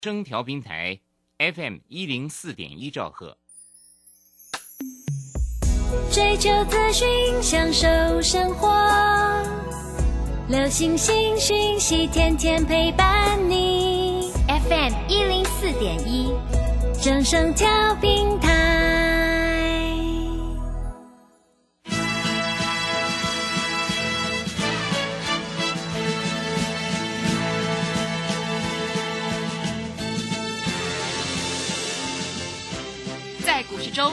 征调平台 FM 一零四点一兆赫。追求资讯，享受生活，流星星讯息，天天陪伴你。 FM 一零四点一，正声调平台。在股市中，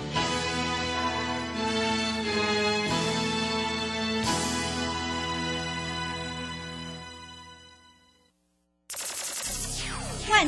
万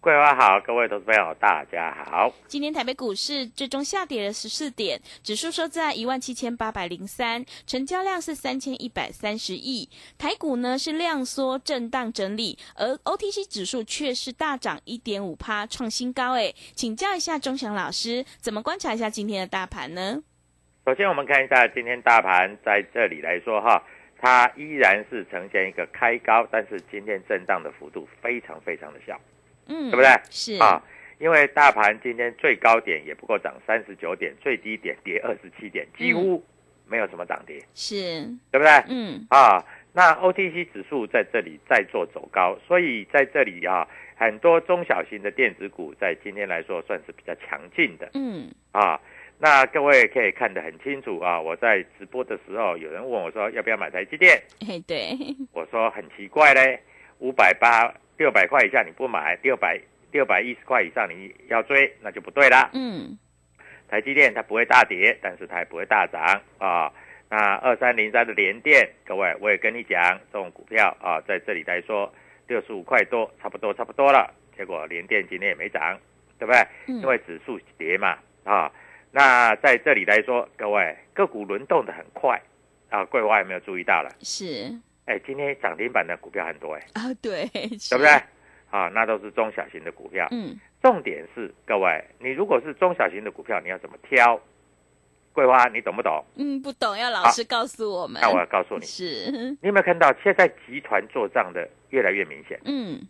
桂花好，各位投资朋友大家好。今天台北股市最终下跌了十四点，指数收在一万七千八百零三，成交量是三千一百三十亿。台股呢是量缩震荡整理，而 OTC 指数却是大涨一点五趴，创新高。诶，请教一下钟祥老师，怎么观察一下今天的大盘呢？首先我们看一下今天大盘在这里来说哈，它依然是呈现一个开高，但是今天震荡的幅度非常非常的小，嗯，对不对？是啊，因为大盘今天最高点也不过涨三十九点，最低点跌二十七点，几乎没有什么涨跌，是，对不对？嗯啊，那 OTC 指数在这里再做走高，所以在这里啊，很多中小型的电子股在今天来说算是比较强劲的。嗯，啊。那各位可以看得很清楚啊！我在直播的时候，有人问我说要不要买台积电，嘿，对，我说很奇怪嘞，五百八六百块以下你不买，六百六百一十块以上你要追，那就不对啦。嗯台积电它不会大跌，但是它也不会大涨啊。那二三零三的联电，各位我也跟你讲，这种股票啊，在这里来说六十五块多，差不多差不多了。结果联电今天也没涨，对不对？嗯因为指数跌嘛啊。那在这里来说，各位个股轮动的很快啊，桂花有没有注意到了？是哎，今天涨停板的股票很多哎、啊，对，对对不对？？啊，那都是中小型的股票。嗯重点是，各位，你如果是中小型的股票，你要怎么挑？桂花，你懂不懂？嗯，不懂要老师告诉我们。那我要告诉你，是，你有没有看到现在集团做账的越来越明显？嗯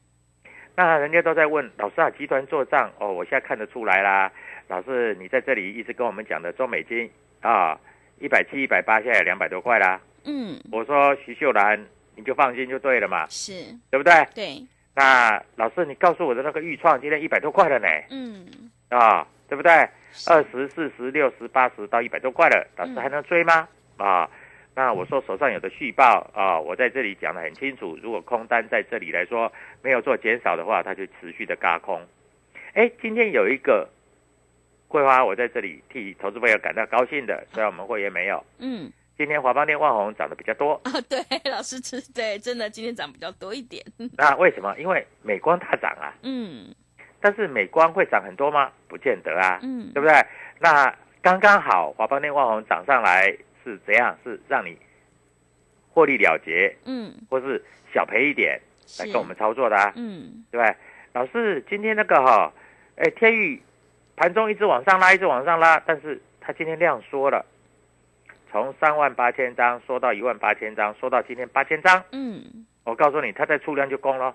那人家都在问老师啊，集团做账哦，我现在看得出来啦。老师，你在这里一直跟我们讲的中美金啊，一百七、一百八，现在两百多块啦。嗯，我说徐秀兰，你就放心就对了嘛，是对不对？对，那老师，你告诉我的那个预创今天一百多块了呢，嗯，啊，对不对？是二十四十六十八十到一百多块了，老师嗯还能追吗？啊，那我说手上有的续报啊，我在这里讲得很清楚，如果空单在这里来说没有做减少的话，它就持续的嘎空。哎，今天有一个桂花，我在这里替投资朋友感到高兴的，虽然我们会员没有，嗯，今天华邦电、万红涨得比较多，哦，对，老师吃对，真的今天涨比较多一点。那为什么？因为美光大涨啊，嗯但是美光会涨很多吗？不见得啊，嗯对，不对？那刚刚好，华邦电、万宏涨上来是怎样？是让你获利了结，嗯，或是小赔一点是来跟我们操作的、啊，嗯对不对？老师，今天那个哈、哎，天宇盘中一直往上拉，一直往上拉，但是它今天量缩了，从三万八千张缩到一万八千张，缩到今天八千张。嗯我告诉你，它在出量就攻了，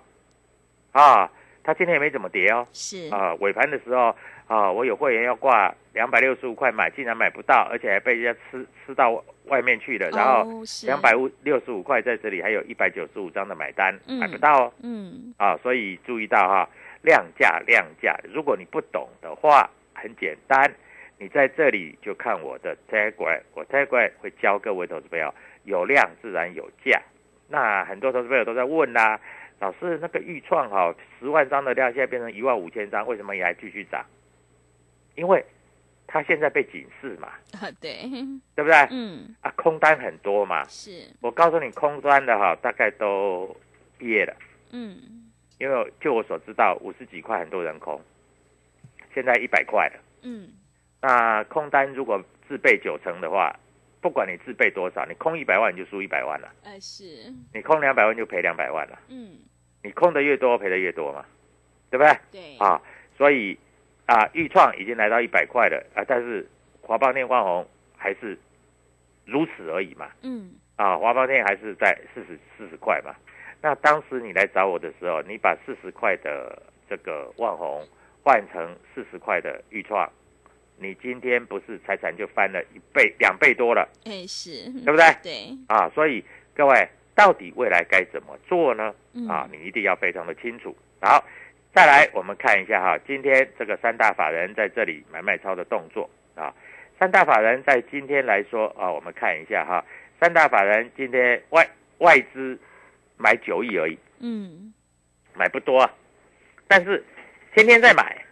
啊，它今天也没怎么跌哦。是，啊、尾盘的时候啊、我有会员要挂两百六十五块买，竟然买不到，而且还被人家吃吃到外面去了，然后哦是两百五六十五块在这里还有一百九十五张的买单，嗯买不到哦嗯，啊，所以注意到哈、量价量价，如果你不懂的话，很简单，你在这里就看我的 Telegram，我 Telegram 会教各位投资朋友，有量自然有价。那很多投资朋友都在问啦、老师那个预创哈、十万张的量现在变成一万五千张，为什么也还继续涨？因为它现在被警示嘛，啊对， 对不对？嗯，啊，空单很多嘛，是，我告诉你，空单的哈、大概都毕业了。嗯因为就我所知道，五十几块很多人空，现在一百块了。嗯，那空单如果自备九成的话，不管你自备多少，你空一百万你就输一百万了，呃是，你空两百万就赔两百万了。嗯你空的越多，赔的越多嘛，对不对？对，啊，所以啊，豫创已经来到一百块了啊，但是华邦电、万宏还是如此而已嘛。嗯啊，华邦电还是在四十四十块嘛。那当时你来找我的时候，你把四十块的这个万红换成四十块的豫创，你今天不是财产就翻了一倍、两倍多了哎是，对不对 对，啊？所以各位，到底未来该怎么做呢？嗯啊，你一定要非常的清楚。好，再来我们看一下哈，今天这个三大法人在这里买卖超的动作啊。三大法人在今天来说啊，我们看一下哈，三大法人今天外外资买九亿而已，嗯买不多啊，但是天天在买，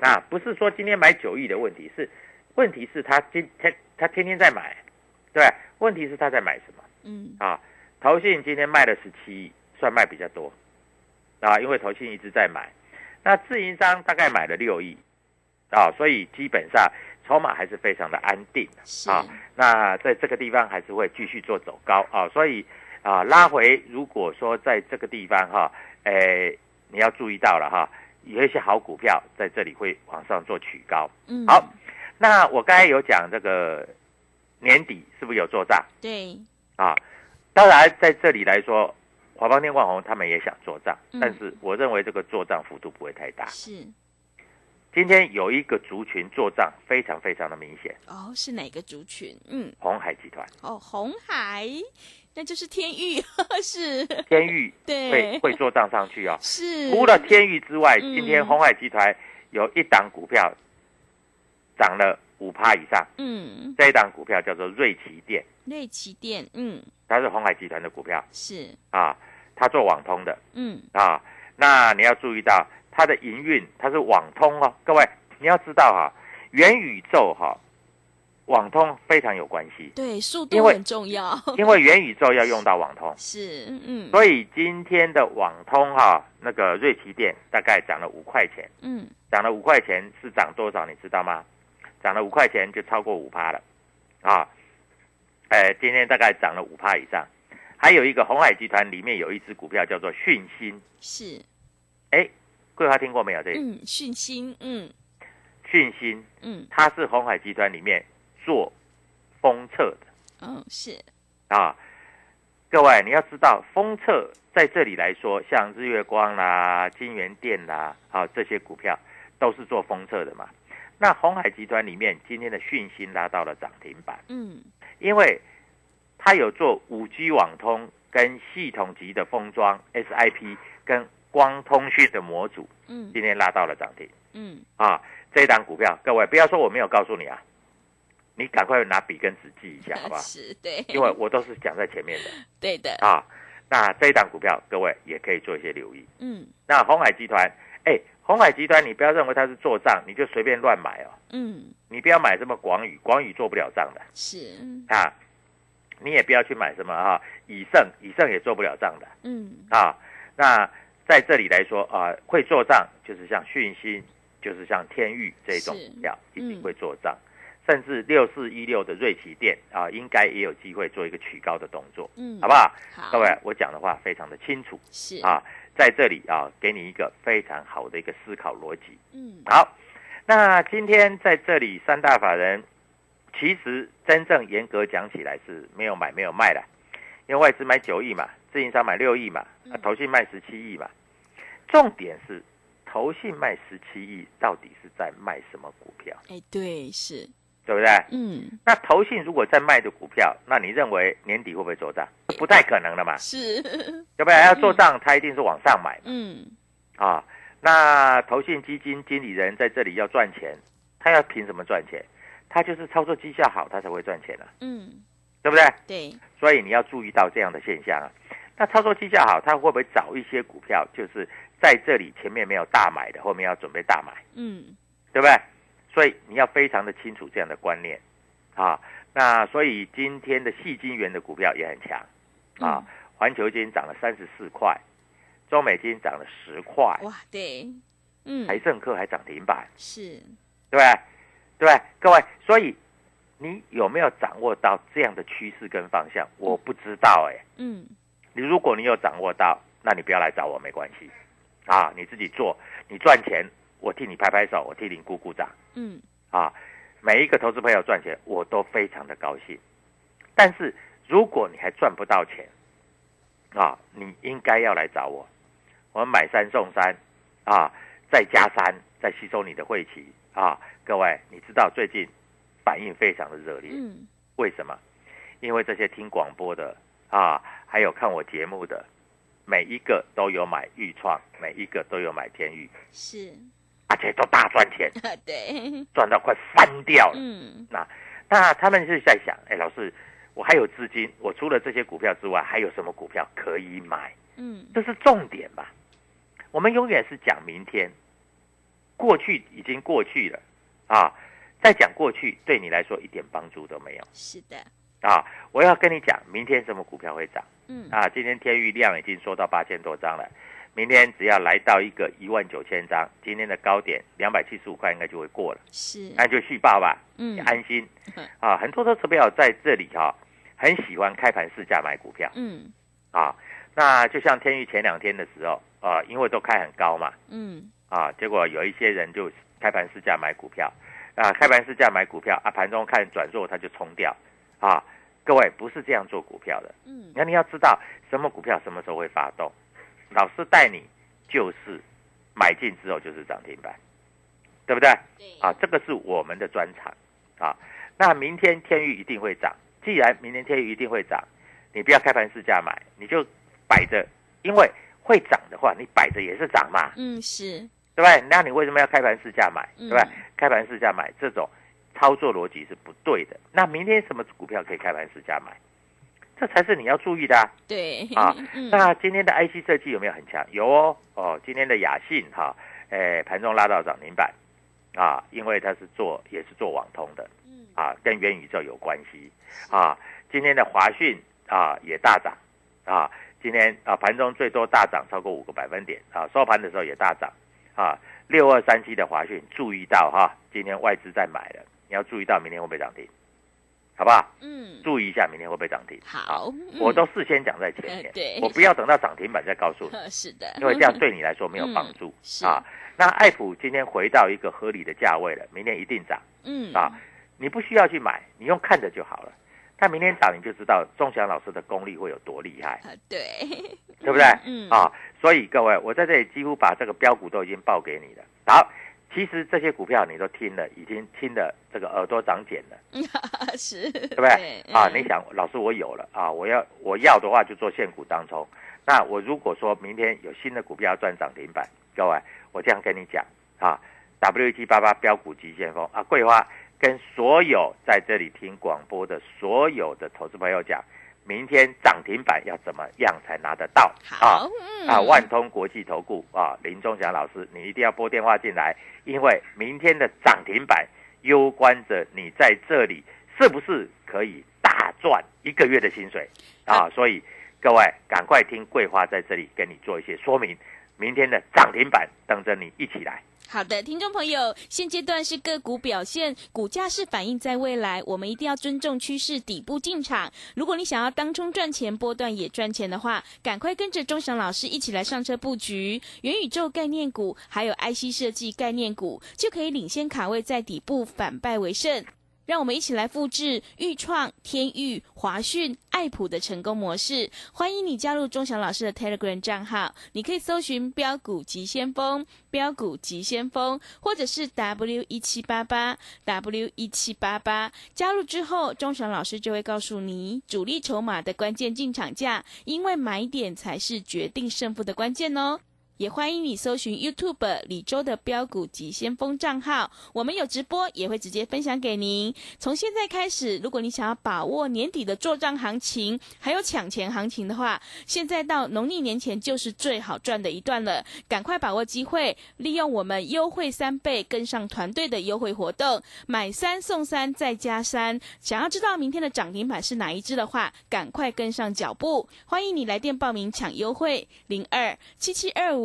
啊，不是说今天买九亿的问题，是问题是他今天他天天在买，对吧，问题是他在买什么？嗯啊，投信今天卖了十七亿，算卖比较多啊，因为投信一直在买。那自营商大概买了六亿啊，所以基本上筹码还是非常的安定是，啊。那在这个地方还是会继续做走高啊，所以啊拉回，如果说在这个地方哈，诶、你要注意到了哈，有一些好股票在这里会往上做取高。嗯好，那我刚才有讲这个年底是不是有做账？对，啊，当然在这里来说，华邦电、万宏他们也想做账，嗯但是我认为这个做账幅度不会太大。是今天有一个族群做账非常非常的明显，哦，是哪个族群？嗯，红海集 团、哦，红海，那就是天域，是，天域会对，会做账上去哦。是，除了天域之外，嗯今天红海集团有一档股票涨了五趴以上，嗯，这一档股票叫做瑞奇电，瑞奇店，嗯，它是红海集团的股票是，啊，它做网通的。嗯啊，那你要注意到它的营运，它是网通哦，各位你要知道哈、元宇宙哈、网通非常有关系，对，速因度为很重要，因为元宇宙要用到网通，是，哦嗯所以今天的网通哈、那个瑞奇电大概涨了五块钱，嗯，涨了五块钱是涨多少，你知道吗？涨了五块钱就超过五趴了，啊，呃，今天大概涨了五趴以上。还有一个红海集团里面有一只股票叫做讯芯，是，哎，桂花听过没有？这个嗯，讯息，嗯讯芯嗯它是红海集团里面做封测的嗯，是，啊。各位，你要知道，封测在这里来说，像日月光啦、金源电啦，啊这些股票都是做封测的嘛。那红海集团里面，今天的讯芯拉到了涨停板，嗯因为它有做五 G 网通跟系统级的封装 SIP 跟光通讯的模组，嗯今天拉到了涨停。嗯，啊，这一档股票，各位不要说我没有告诉你啊，你赶快拿笔跟纸记一下， 好不好？是，对，因为我都是讲在前面的对的，啊。那这一档股票，各位也可以做一些留意。嗯那红海集团，哎，红海集团，你不要认为它是做账，你就随便乱买哦，嗯，你不要买什么广宇，广宇做不了账的是，啊。你也不要去买什么啊，以盛，以盛也做不了账的嗯啊。那在这里来说啊、会做账就是像讯息，就是像天域这种是股票一嗯定会做账，甚至六四一六的瑞奇店啊、应该也有机会做一个取高的动作，嗯，好不？好？好，各位，我讲的话非常的清楚是，啊，在这里啊，给你一个非常好的一个思考逻辑。嗯好，那今天在这里三大法人，其实真正严格讲起来是没有买没有卖的，因为外资买九亿嘛，自营商买六亿嘛，啊嗯，投信卖十七亿嘛。重点是投信卖十七亿，到底是在卖什么股票？哎，对，是，对不对？嗯，那投信如果在卖的股票，那你认为年底会不会做账？不太可能了嘛，是， 要不然要做账，它一定是往上买嘛嗯，啊。那投信基金经理人在这里要赚钱，他要凭什么赚钱？他就是操作绩效好，他才会赚钱啊，嗯，对不对？对，所以你要注意到这样的现象啊。那操作绩效好，他会不会找一些股票，就是在这里前面没有大买的，后面要准备大买？嗯，对不对？所以你要非常的清楚这样的观念啊。那所以今天的细金元的股票也很强啊，环球金涨了三十四块，中美金涨了十块，哇，对，嗯，台盛科还涨停板，是，对不对？对不对？各位，所以你有没有掌握到这样的趋势跟方向？我不知道哎、嗯，你如果你有掌握到，那你不要来找我没关系啊，你自己做，你赚钱，我替你拍拍手，我替你鼓鼓掌。嗯，啊，每一个投资朋友赚钱，我都非常的高兴。但是如果你还赚不到钱，啊，你应该要来找我，我们买三送三，啊，再加三，再吸收你的晦气啊！各位，你知道最近反应非常的热烈，嗯，为什么？因为这些听广播的啊，还有看我节目的，每一个都有买豫创，每一个都有买天域，是，而且都大赚钱， 对，赚到快翻掉了。嗯，那那他们是在想，哎，老师，我还有资金，我除了这些股票之外，还有什么股票可以买？嗯，这是重点吧？我们永远是讲明天，过去已经过去了啊，再讲过去对你来说一点帮助都没有是的，啊！我要跟你讲，明天什么股票会涨嗯，啊？今天天域量已经说到八千多张了。明天只要来到一个一万九千张，今天的高点两百七十五块应该就会过了，是，那就续报吧。嗯，安心嗯啊。很多投资朋友在这里哈、很喜欢开盘试价买股票嗯，啊。那就像天宇前两天的时候啊，因为都开很高嘛嗯，啊，结果有一些人就开盘试价买股票啊，开盘试价买股票啊，盘中看转弱他就冲掉啊。各位不是这样做股票的，嗯，那你要知道什么股票什么时候会发动，老师带你就是买进之后就是涨停板，对不对？对，啊，这个是我们的专长啊。那明天天域一定会涨，既然明天天域一定会涨，你不要开盘试价买，你就摆着，因为会涨的话，你摆着也是涨嘛，嗯，是，对不对？那你为什么要开盘试价买，对嗯不对？开盘试价买这种操作逻辑是不对的。那明天什么股票可以开盘试价买？这才是你要注意的啊！对，啊嗯，那今天的 IC 设计有没有很强？有哦，哦，今天的雅信哈，诶、盘中拉到涨停板啊，因为它是做也是做网通的嗯，啊，跟元宇宙有关系啊。今天的华讯啊也大涨啊，今天啊盘中最多大涨超过五个百分点啊，收盘的时候也大涨啊。六二三七的华讯注意到哈、今天外资在买了，你要注意到明天会不会涨停，好不好？嗯，注意一下明天会不会涨停。好，我嗯都事先讲在前面呃， 对我不要等到涨停板再告 诉你，呃是的，因为这样对你来说没有帮助、嗯是啊。那爱普今天回到一个合理的价位了，明天一定涨嗯，啊，你不需要去买，你用看着就好了。但明天涨你就知道钟祥老师的功力会有多厉害，啊，对，对不对？嗯，啊，所以各位，我在这里几乎把这个标股都已经报给你了。好，其实这些股票你都听了，已经听了这个耳朵长茧了。 是，对 对不对？啊，嗯你想，老师我有了啊，我要我要的话就做现股当中。那我如果说明天有新的股票赚涨停板，各位，我这样跟你讲啊，W 七八八标股急先锋啊，桂花跟所有在这里听广播的所有的投资朋友讲，明天涨停板要怎么样才拿得到啊好，？嗯，啊，万通国际投顾啊，林忠祥老师，你一定要拨电话进来，因为明天的涨停板攸关着你在这里是不是可以大赚一个月的薪水啊！所以各位赶快听桂花在这里跟你做一些说明，明天的涨停板等着你一起来。好的，听众朋友，现阶段是个股表现，股价是反映在未来，我们一定要尊重趋势，底部进场。如果你想要当冲赚钱，波段也赚钱的话，赶快跟着钟祥老师一起来上车布局元宇宙概念股，还有 IC 设计概念股，就可以领先卡位在底部，反败为胜。让我们一起来复制豫创、天域、华讯、爱普的成功模式。欢迎你加入钟祥老师的 Telegram 账号，你可以搜寻“标股急先锋”、“标股急先锋”，或者是 W 一七八八 W 一七八八。加入之后，钟祥老师就会告诉你主力筹码的关键进场价，因为买点才是决定胜负的关键哦。也欢迎你搜寻 YouTube 李州的标股及先锋账号，我们有直播，也会直接分享给您。从现在开始，如果你想要把握年底的做账行情，还有抢钱行情的话，现在到农历年前就是最好赚的一段了，赶快把握机会，利用我们优惠三倍，跟上团队的优惠活动，买三送三再加三。想要知道明天的涨停板是哪一只的话，赶快跟上脚步。欢迎你来电报名抢优惠，零二七七二五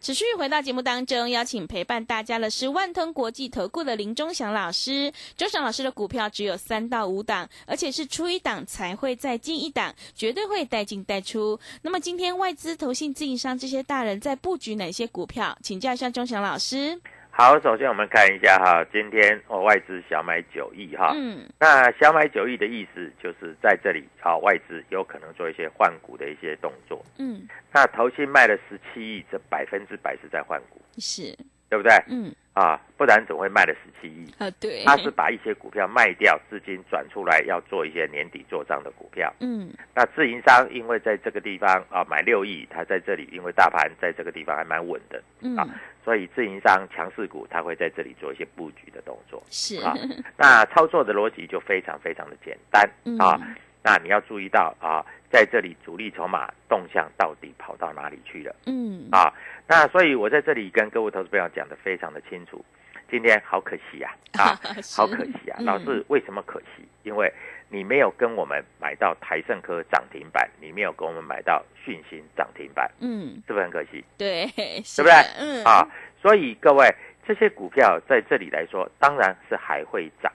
持续回到节目当中，邀请陪伴大家的是万通国际投顾的林忠祥老师。忠祥老师的股票只有三到五档，而且是出一档才会再进一档，绝对会带进带出。那么今天外资、投信、自营商这些大人在布局哪些股票？请教一下忠祥老师。好，首先我们看一下哈，今天哦外资小买九亿哈，嗯，那小买九亿的意思就是在这里啊，外资有可能做一些换股的一些动作。嗯，那投信卖了十七亿，这百分之百是在换股，是，对不对？嗯，啊，不然怎么会卖了十七亿？啊，对，他是把一些股票卖掉，资金转出来要做一些年底做账的股票。嗯，那自营商因为在这个地方啊买六亿，他在这里因为大盘在这个地方还蛮稳的，嗯啊所以自营商强势股他会在这里做一些布局的动作。是，啊，那操作的逻辑就非常非常的简单嗯啊。那你要注意到啊，在这里主力筹码动向到底跑到哪里去了嗯，啊？那所以我在这里跟各位投资朋友讲的非常的清楚。今天好可惜呀、啊， 是好可惜啊！嗯老师，为什么可惜？因为你没有跟我们买到台盛科涨停板，你没有跟我们买到讯息涨停板，嗯，是不是很可惜？对，对对不对嗯，啊，所以各位这些股票在这里来说，当然是还会涨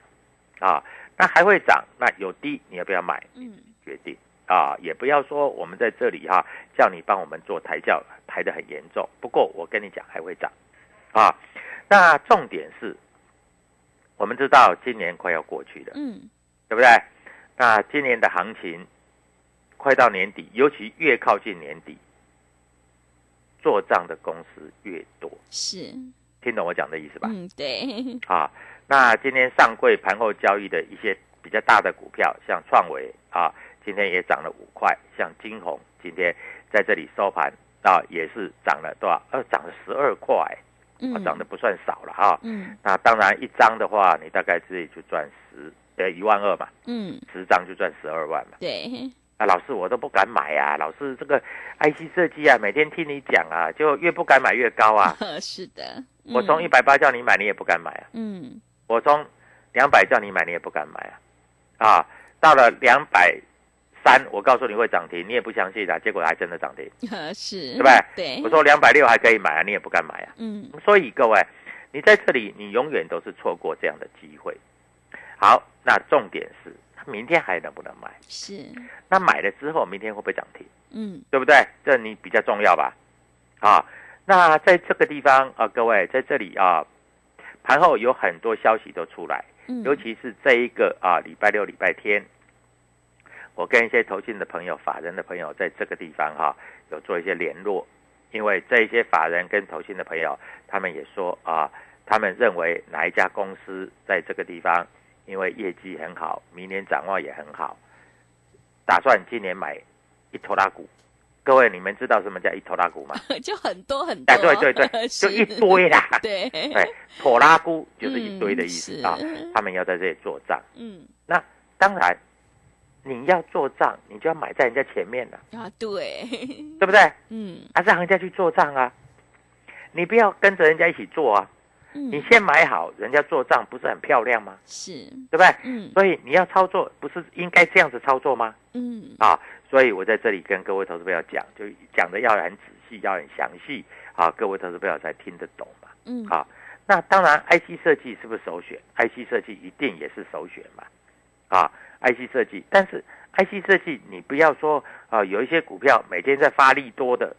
啊。那还会涨，那有低你要不要买？嗯，决定啊，也不要说我们在这里哈、叫你帮我们做抬轿，抬得很严重。不过我跟你讲，还会涨啊。那重点是，我们知道今年快要过去了，嗯，对不对？那今年的行情快到年底，尤其越靠近年底，做账的公司越多。是，听懂我讲的意思吧？嗯，对，啊，那今天上柜盘后交易的一些比较大的股票，像创维啊，今天也涨了五块；像金红今天在这里收盘啊，也是涨了多少？呃，涨了十二块，啊嗯，涨得不算少了哈、嗯那当然一张的话，你大概自己就赚十呃一万二嘛，嗯，十张就赚十二万嘛。对， 啊，老师我都不敢买啊，老师这个 IC 设计啊，每天听你讲啊，就越不敢买越高嗯啊。是的，我从一百八叫你买，你也不敢买啊。嗯我从两百叫你买，你也不敢买啊！啊，到了两百三，我告诉你会涨停，你也不相信啊，结果还真的涨停。嗯呃是，对不对对，我说两百六还可以买啊，你也不敢买啊。嗯所以各位，你在这里，你永远都是错过这样的机会。好，那重点是，明天还能不能买？是，那买了之后，明天会不会涨停？嗯对不对？这你比较重要吧？啊，那在这个地方啊、各位在这里啊，盘后有很多消息都出来。嗯，尤其是这一个啊，礼拜六、礼拜天，我跟一些投信的朋友、法人的朋友在这个地方哈、有做一些联络，因为这一些法人跟投信的朋友，他们也说啊，他们认为哪一家公司在这个地方，因为业绩很好，明年展望也很好，打算今年买一头拉股各位，你们知道什么叫一头 拉股吗？ 就很多很多，哎，对对对， 是就一堆啦。对，哎，妥拉估就是一堆的意思、嗯啊是。他们要在这里做账，嗯那当然你要做账，你就要买在人家前面了，啊，对，对不对？嗯还是行家去做账啊？你不要跟着人家一起做啊！嗯，你先买好，人家做账不是很漂亮吗？是，对不对？嗯所以你要操作，不是应该这样子操作吗？嗯啊，所以我在这里跟各位投资朋友讲，就讲的要很仔细，要很详细啊，各位投资朋友才听得懂嘛。嗯，啊，那当然，IC 设计是不是首选？IC 设计一定也是首选嘛，啊，IC 设计，但是 IC 设计你不要说啊、有一些股票每天在发利多的，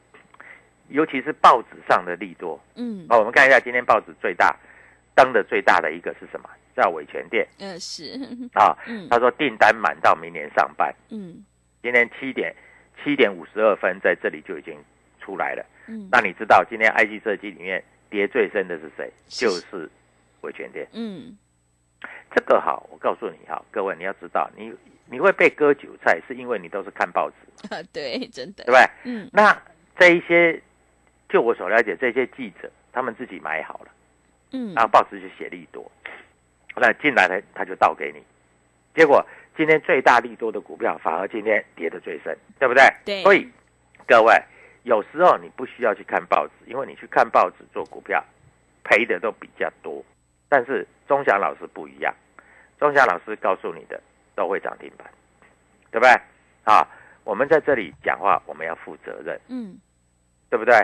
尤其是报纸上的利多。嗯啊，我们看一下今天报纸最大登的最大的一个是什么？叫伟全店呃是，啊，嗯他说订单满到明年上半，嗯今天七点七点五十二分在这里就已经出来了。嗯那你知道今天 IC 设计里面跌最深的是谁？是就是维权店。嗯这个好，我告诉你哈，各位你要知道，你你会被割韭菜，是因为你都是看报纸，啊，对，真的对不，对？嗯那这一些，就我所了解，这些记者他们自己买好了，嗯然后报纸就写利多，那进来了他就倒给你，结果今天最大利多的股票反而今天跌得最深，对不对？对所以各位有时候你不需要去看报纸，因为你去看报纸做股票，赔的都比较多。但是钟祥老师不一样，钟祥老师告诉你的都会涨停板，对不对？啊，我们在这里讲话，我们要负责任。嗯对不对？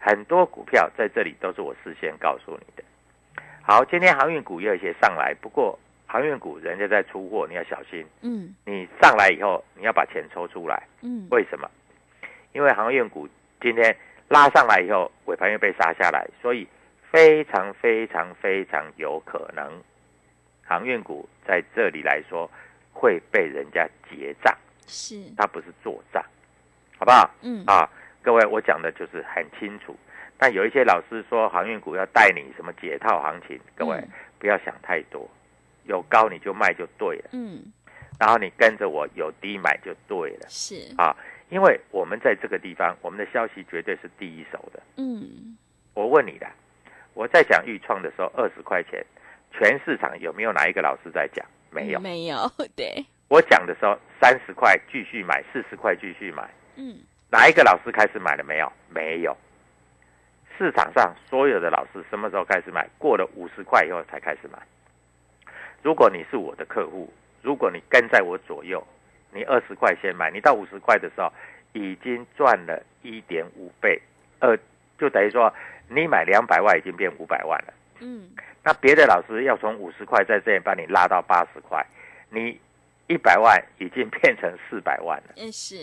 很多股票在这里都是我事先告诉你的。好，今天航运股也有一些上来，不过航运股人家在出货，你要小心。嗯你上来以后，你要把钱抽出来。嗯为什么？因为航运股今天拉上来以后，尾盘又被杀下来，所以非常非常非常有可能，航运股在这里来说会被人家结账，是，它不是做账，好不好？嗯啊，各位，我讲的就是很清楚。但有一些老师说航运股要带你什么解套行情，各位、嗯不要想太多，有高你就卖就对了，嗯然后你跟着我有低买就对了是，啊，因为我们在这个地方，我们的消息绝对是第一手的。嗯我问你的，我在讲预创的时候，二十块钱，全市场有没有哪一个老师在讲？没有。没有， 对，我讲的时候，三十块继续买，四十块继续买。嗯哪一个老师开始买了没有？没有。市场上所有的老师什么时候开始买？过了五十块以后才开始买。如果你是我的客户，如果你跟在我左右，你二十块先买，你到五十块的时候已经赚了一点五倍，呃，就等于说你买两百万已经变五百万了。嗯那别的老师要从五十块在这里把你拉到八十块，你一百万已经变成四百万了。也是，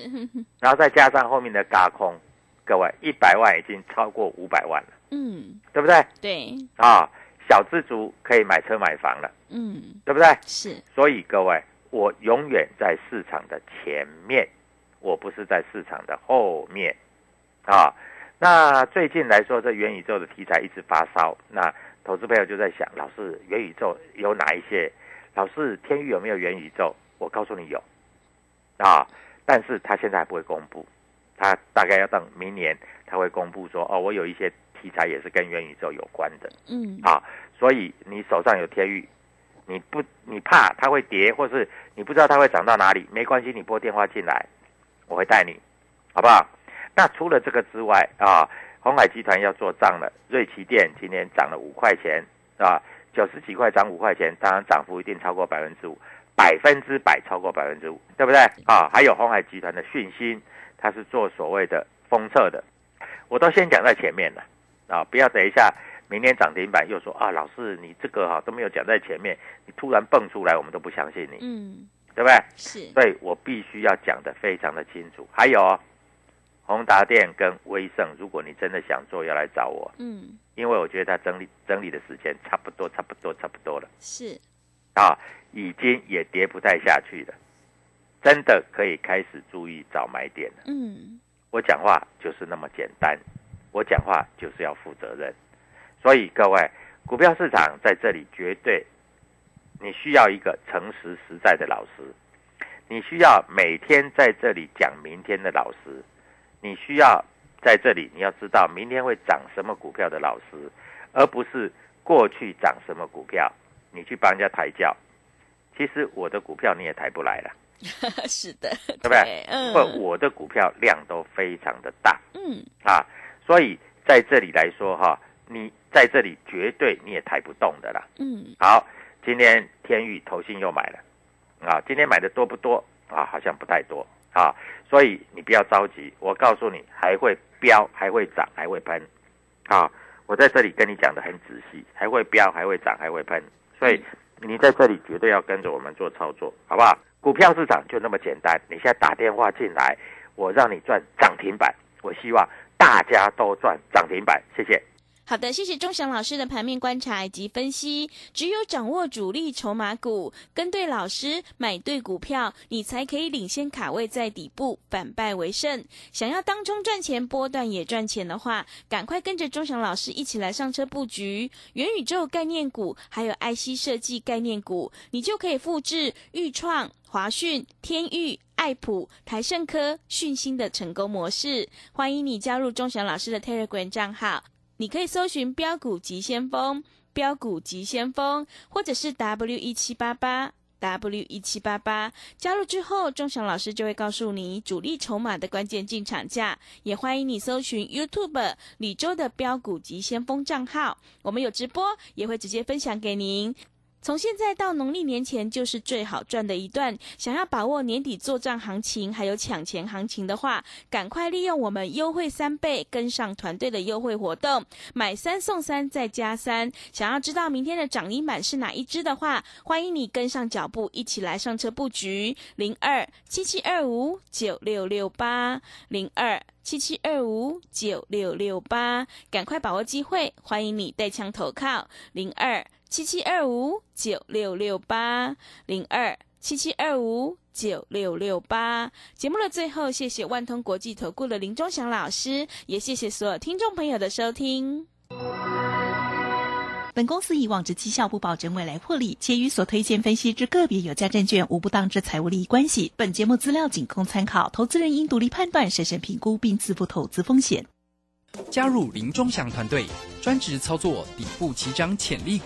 然后再加上后面的嘎空，各位一百万已经超过五百万了，嗯对不对？对，啊，小资族可以买车买房了，嗯对不对？是，所以各位，我永远在市场的前面，我不是在市场的后面啊。那最近来说，这元宇宙的题材一直发烧，那投资朋友就在想，老师，元宇宙有哪一些？老师，天宇有没有元宇宙？我告诉你有啊，但是他现在还不会公布，他大概要等明年他会公布说，哦，我有一些题材也是跟元宇宙有关的。嗯啊，所以你手上有天域，你不你怕它会跌，或是你不知道它会涨到哪里，没关系，你拨电话进来，我会带你，好不好？那除了这个之外啊，鸿海集团要做账了，瑞奇电今天涨了五块钱啊，九十几块涨五块钱，当然涨幅一定超过百分之五，百分之百超过百分之五，对不对啊？还有鸿海集团的讯芯，它是做所谓的封测的，我都先讲在前面了啊，不要等一下明天涨停板又说啊，老师你这个哈、都没有讲在前面，你突然蹦出来，我们都不相信你，嗯对不对？是，所以我必须要讲的非常的清楚。还有哦，宏达电跟威盛，如果你真的想做，要来找我，嗯因为我觉得它整理整理的时间差不多，差不多，差不多了是，啊，已经也跌不太下去了，真的可以开始注意找买点了。嗯 我讲话就是那么简单，我讲话就是要负责任。所以各位，股票市场在这里绝对，你需要一个诚实实在的老师，你需要每天在这里讲明天的老师，你需要在这里你要知道明天会涨什么股票的老师，而不是过去涨什么股票，你去帮人家抬轿。其实我的股票你也抬不来了，是的，对不对嗯，或我的股票量都非常的大嗯，啊，所以在这里来说哈、你在这里绝对你也抬不动的啦。嗯，好，今天天宇投信又买了，啊，今天买的多不多啊？好像不太多啊，所以你不要着急，我告诉你还会飙，还会涨，还会喷，啊，我在这里跟你讲的很仔细，还会飙，还会涨，还会喷，所以你在这里绝对要跟着我们做操作，好不好？股票市场就那么简单，你现在打电话进来，我让你赚涨停板，我希望大家都赚涨停板，谢谢。好的，谢谢钟祥老师的盘面观察以及分析。只有掌握主力筹码股，跟对老师，买对股票，你才可以领先卡位在底部，反败为胜。想要当中赚钱，波段也赚钱的话，赶快跟着钟祥老师一起来上车布局元宇宙概念股，还有 IC 设计概念股，你就可以复制豫创、华讯、天域。爱普、台盛科、讯星的成功模式，欢迎你加入钟祥老师的 Telegram 账号，你可以搜寻“标股急先锋”、“标股急先锋”，或者是 W 一七八八 W 一七八八。加入之后，钟祥老师就会告诉你主力筹码的关键进场价。也欢迎你搜寻 YouTube 李周的“标股急先锋”账号，我们有直播，也会直接分享给您。从现在到农历年前就是最好赚的一段，想要把握年底做账行情，还有抢钱行情的话，赶快利用我们优惠三倍，跟上团队的优惠活动，买三送三再加三。想要知道明天的涨停板是哪一支的话，欢迎你跟上脚步，一起来上车布局零二七七二五九六六八零二七七二五九六六八，赶快把握机会，欢迎你带枪投靠零二七七二五九六六八零二七七二五九六六八。节目的最后，谢谢万通国际投顾的林忠祥老师，也谢谢所有听众朋友的收听。本公司以往之绩效不保证未来获利，且与所推荐分析之个别有价证券无不当之财务利益关系。本节目资料仅供参考，投资人应独立判断、审慎评估并自负投资风险。加入林中祥团队，专职操作底部起涨潜力股，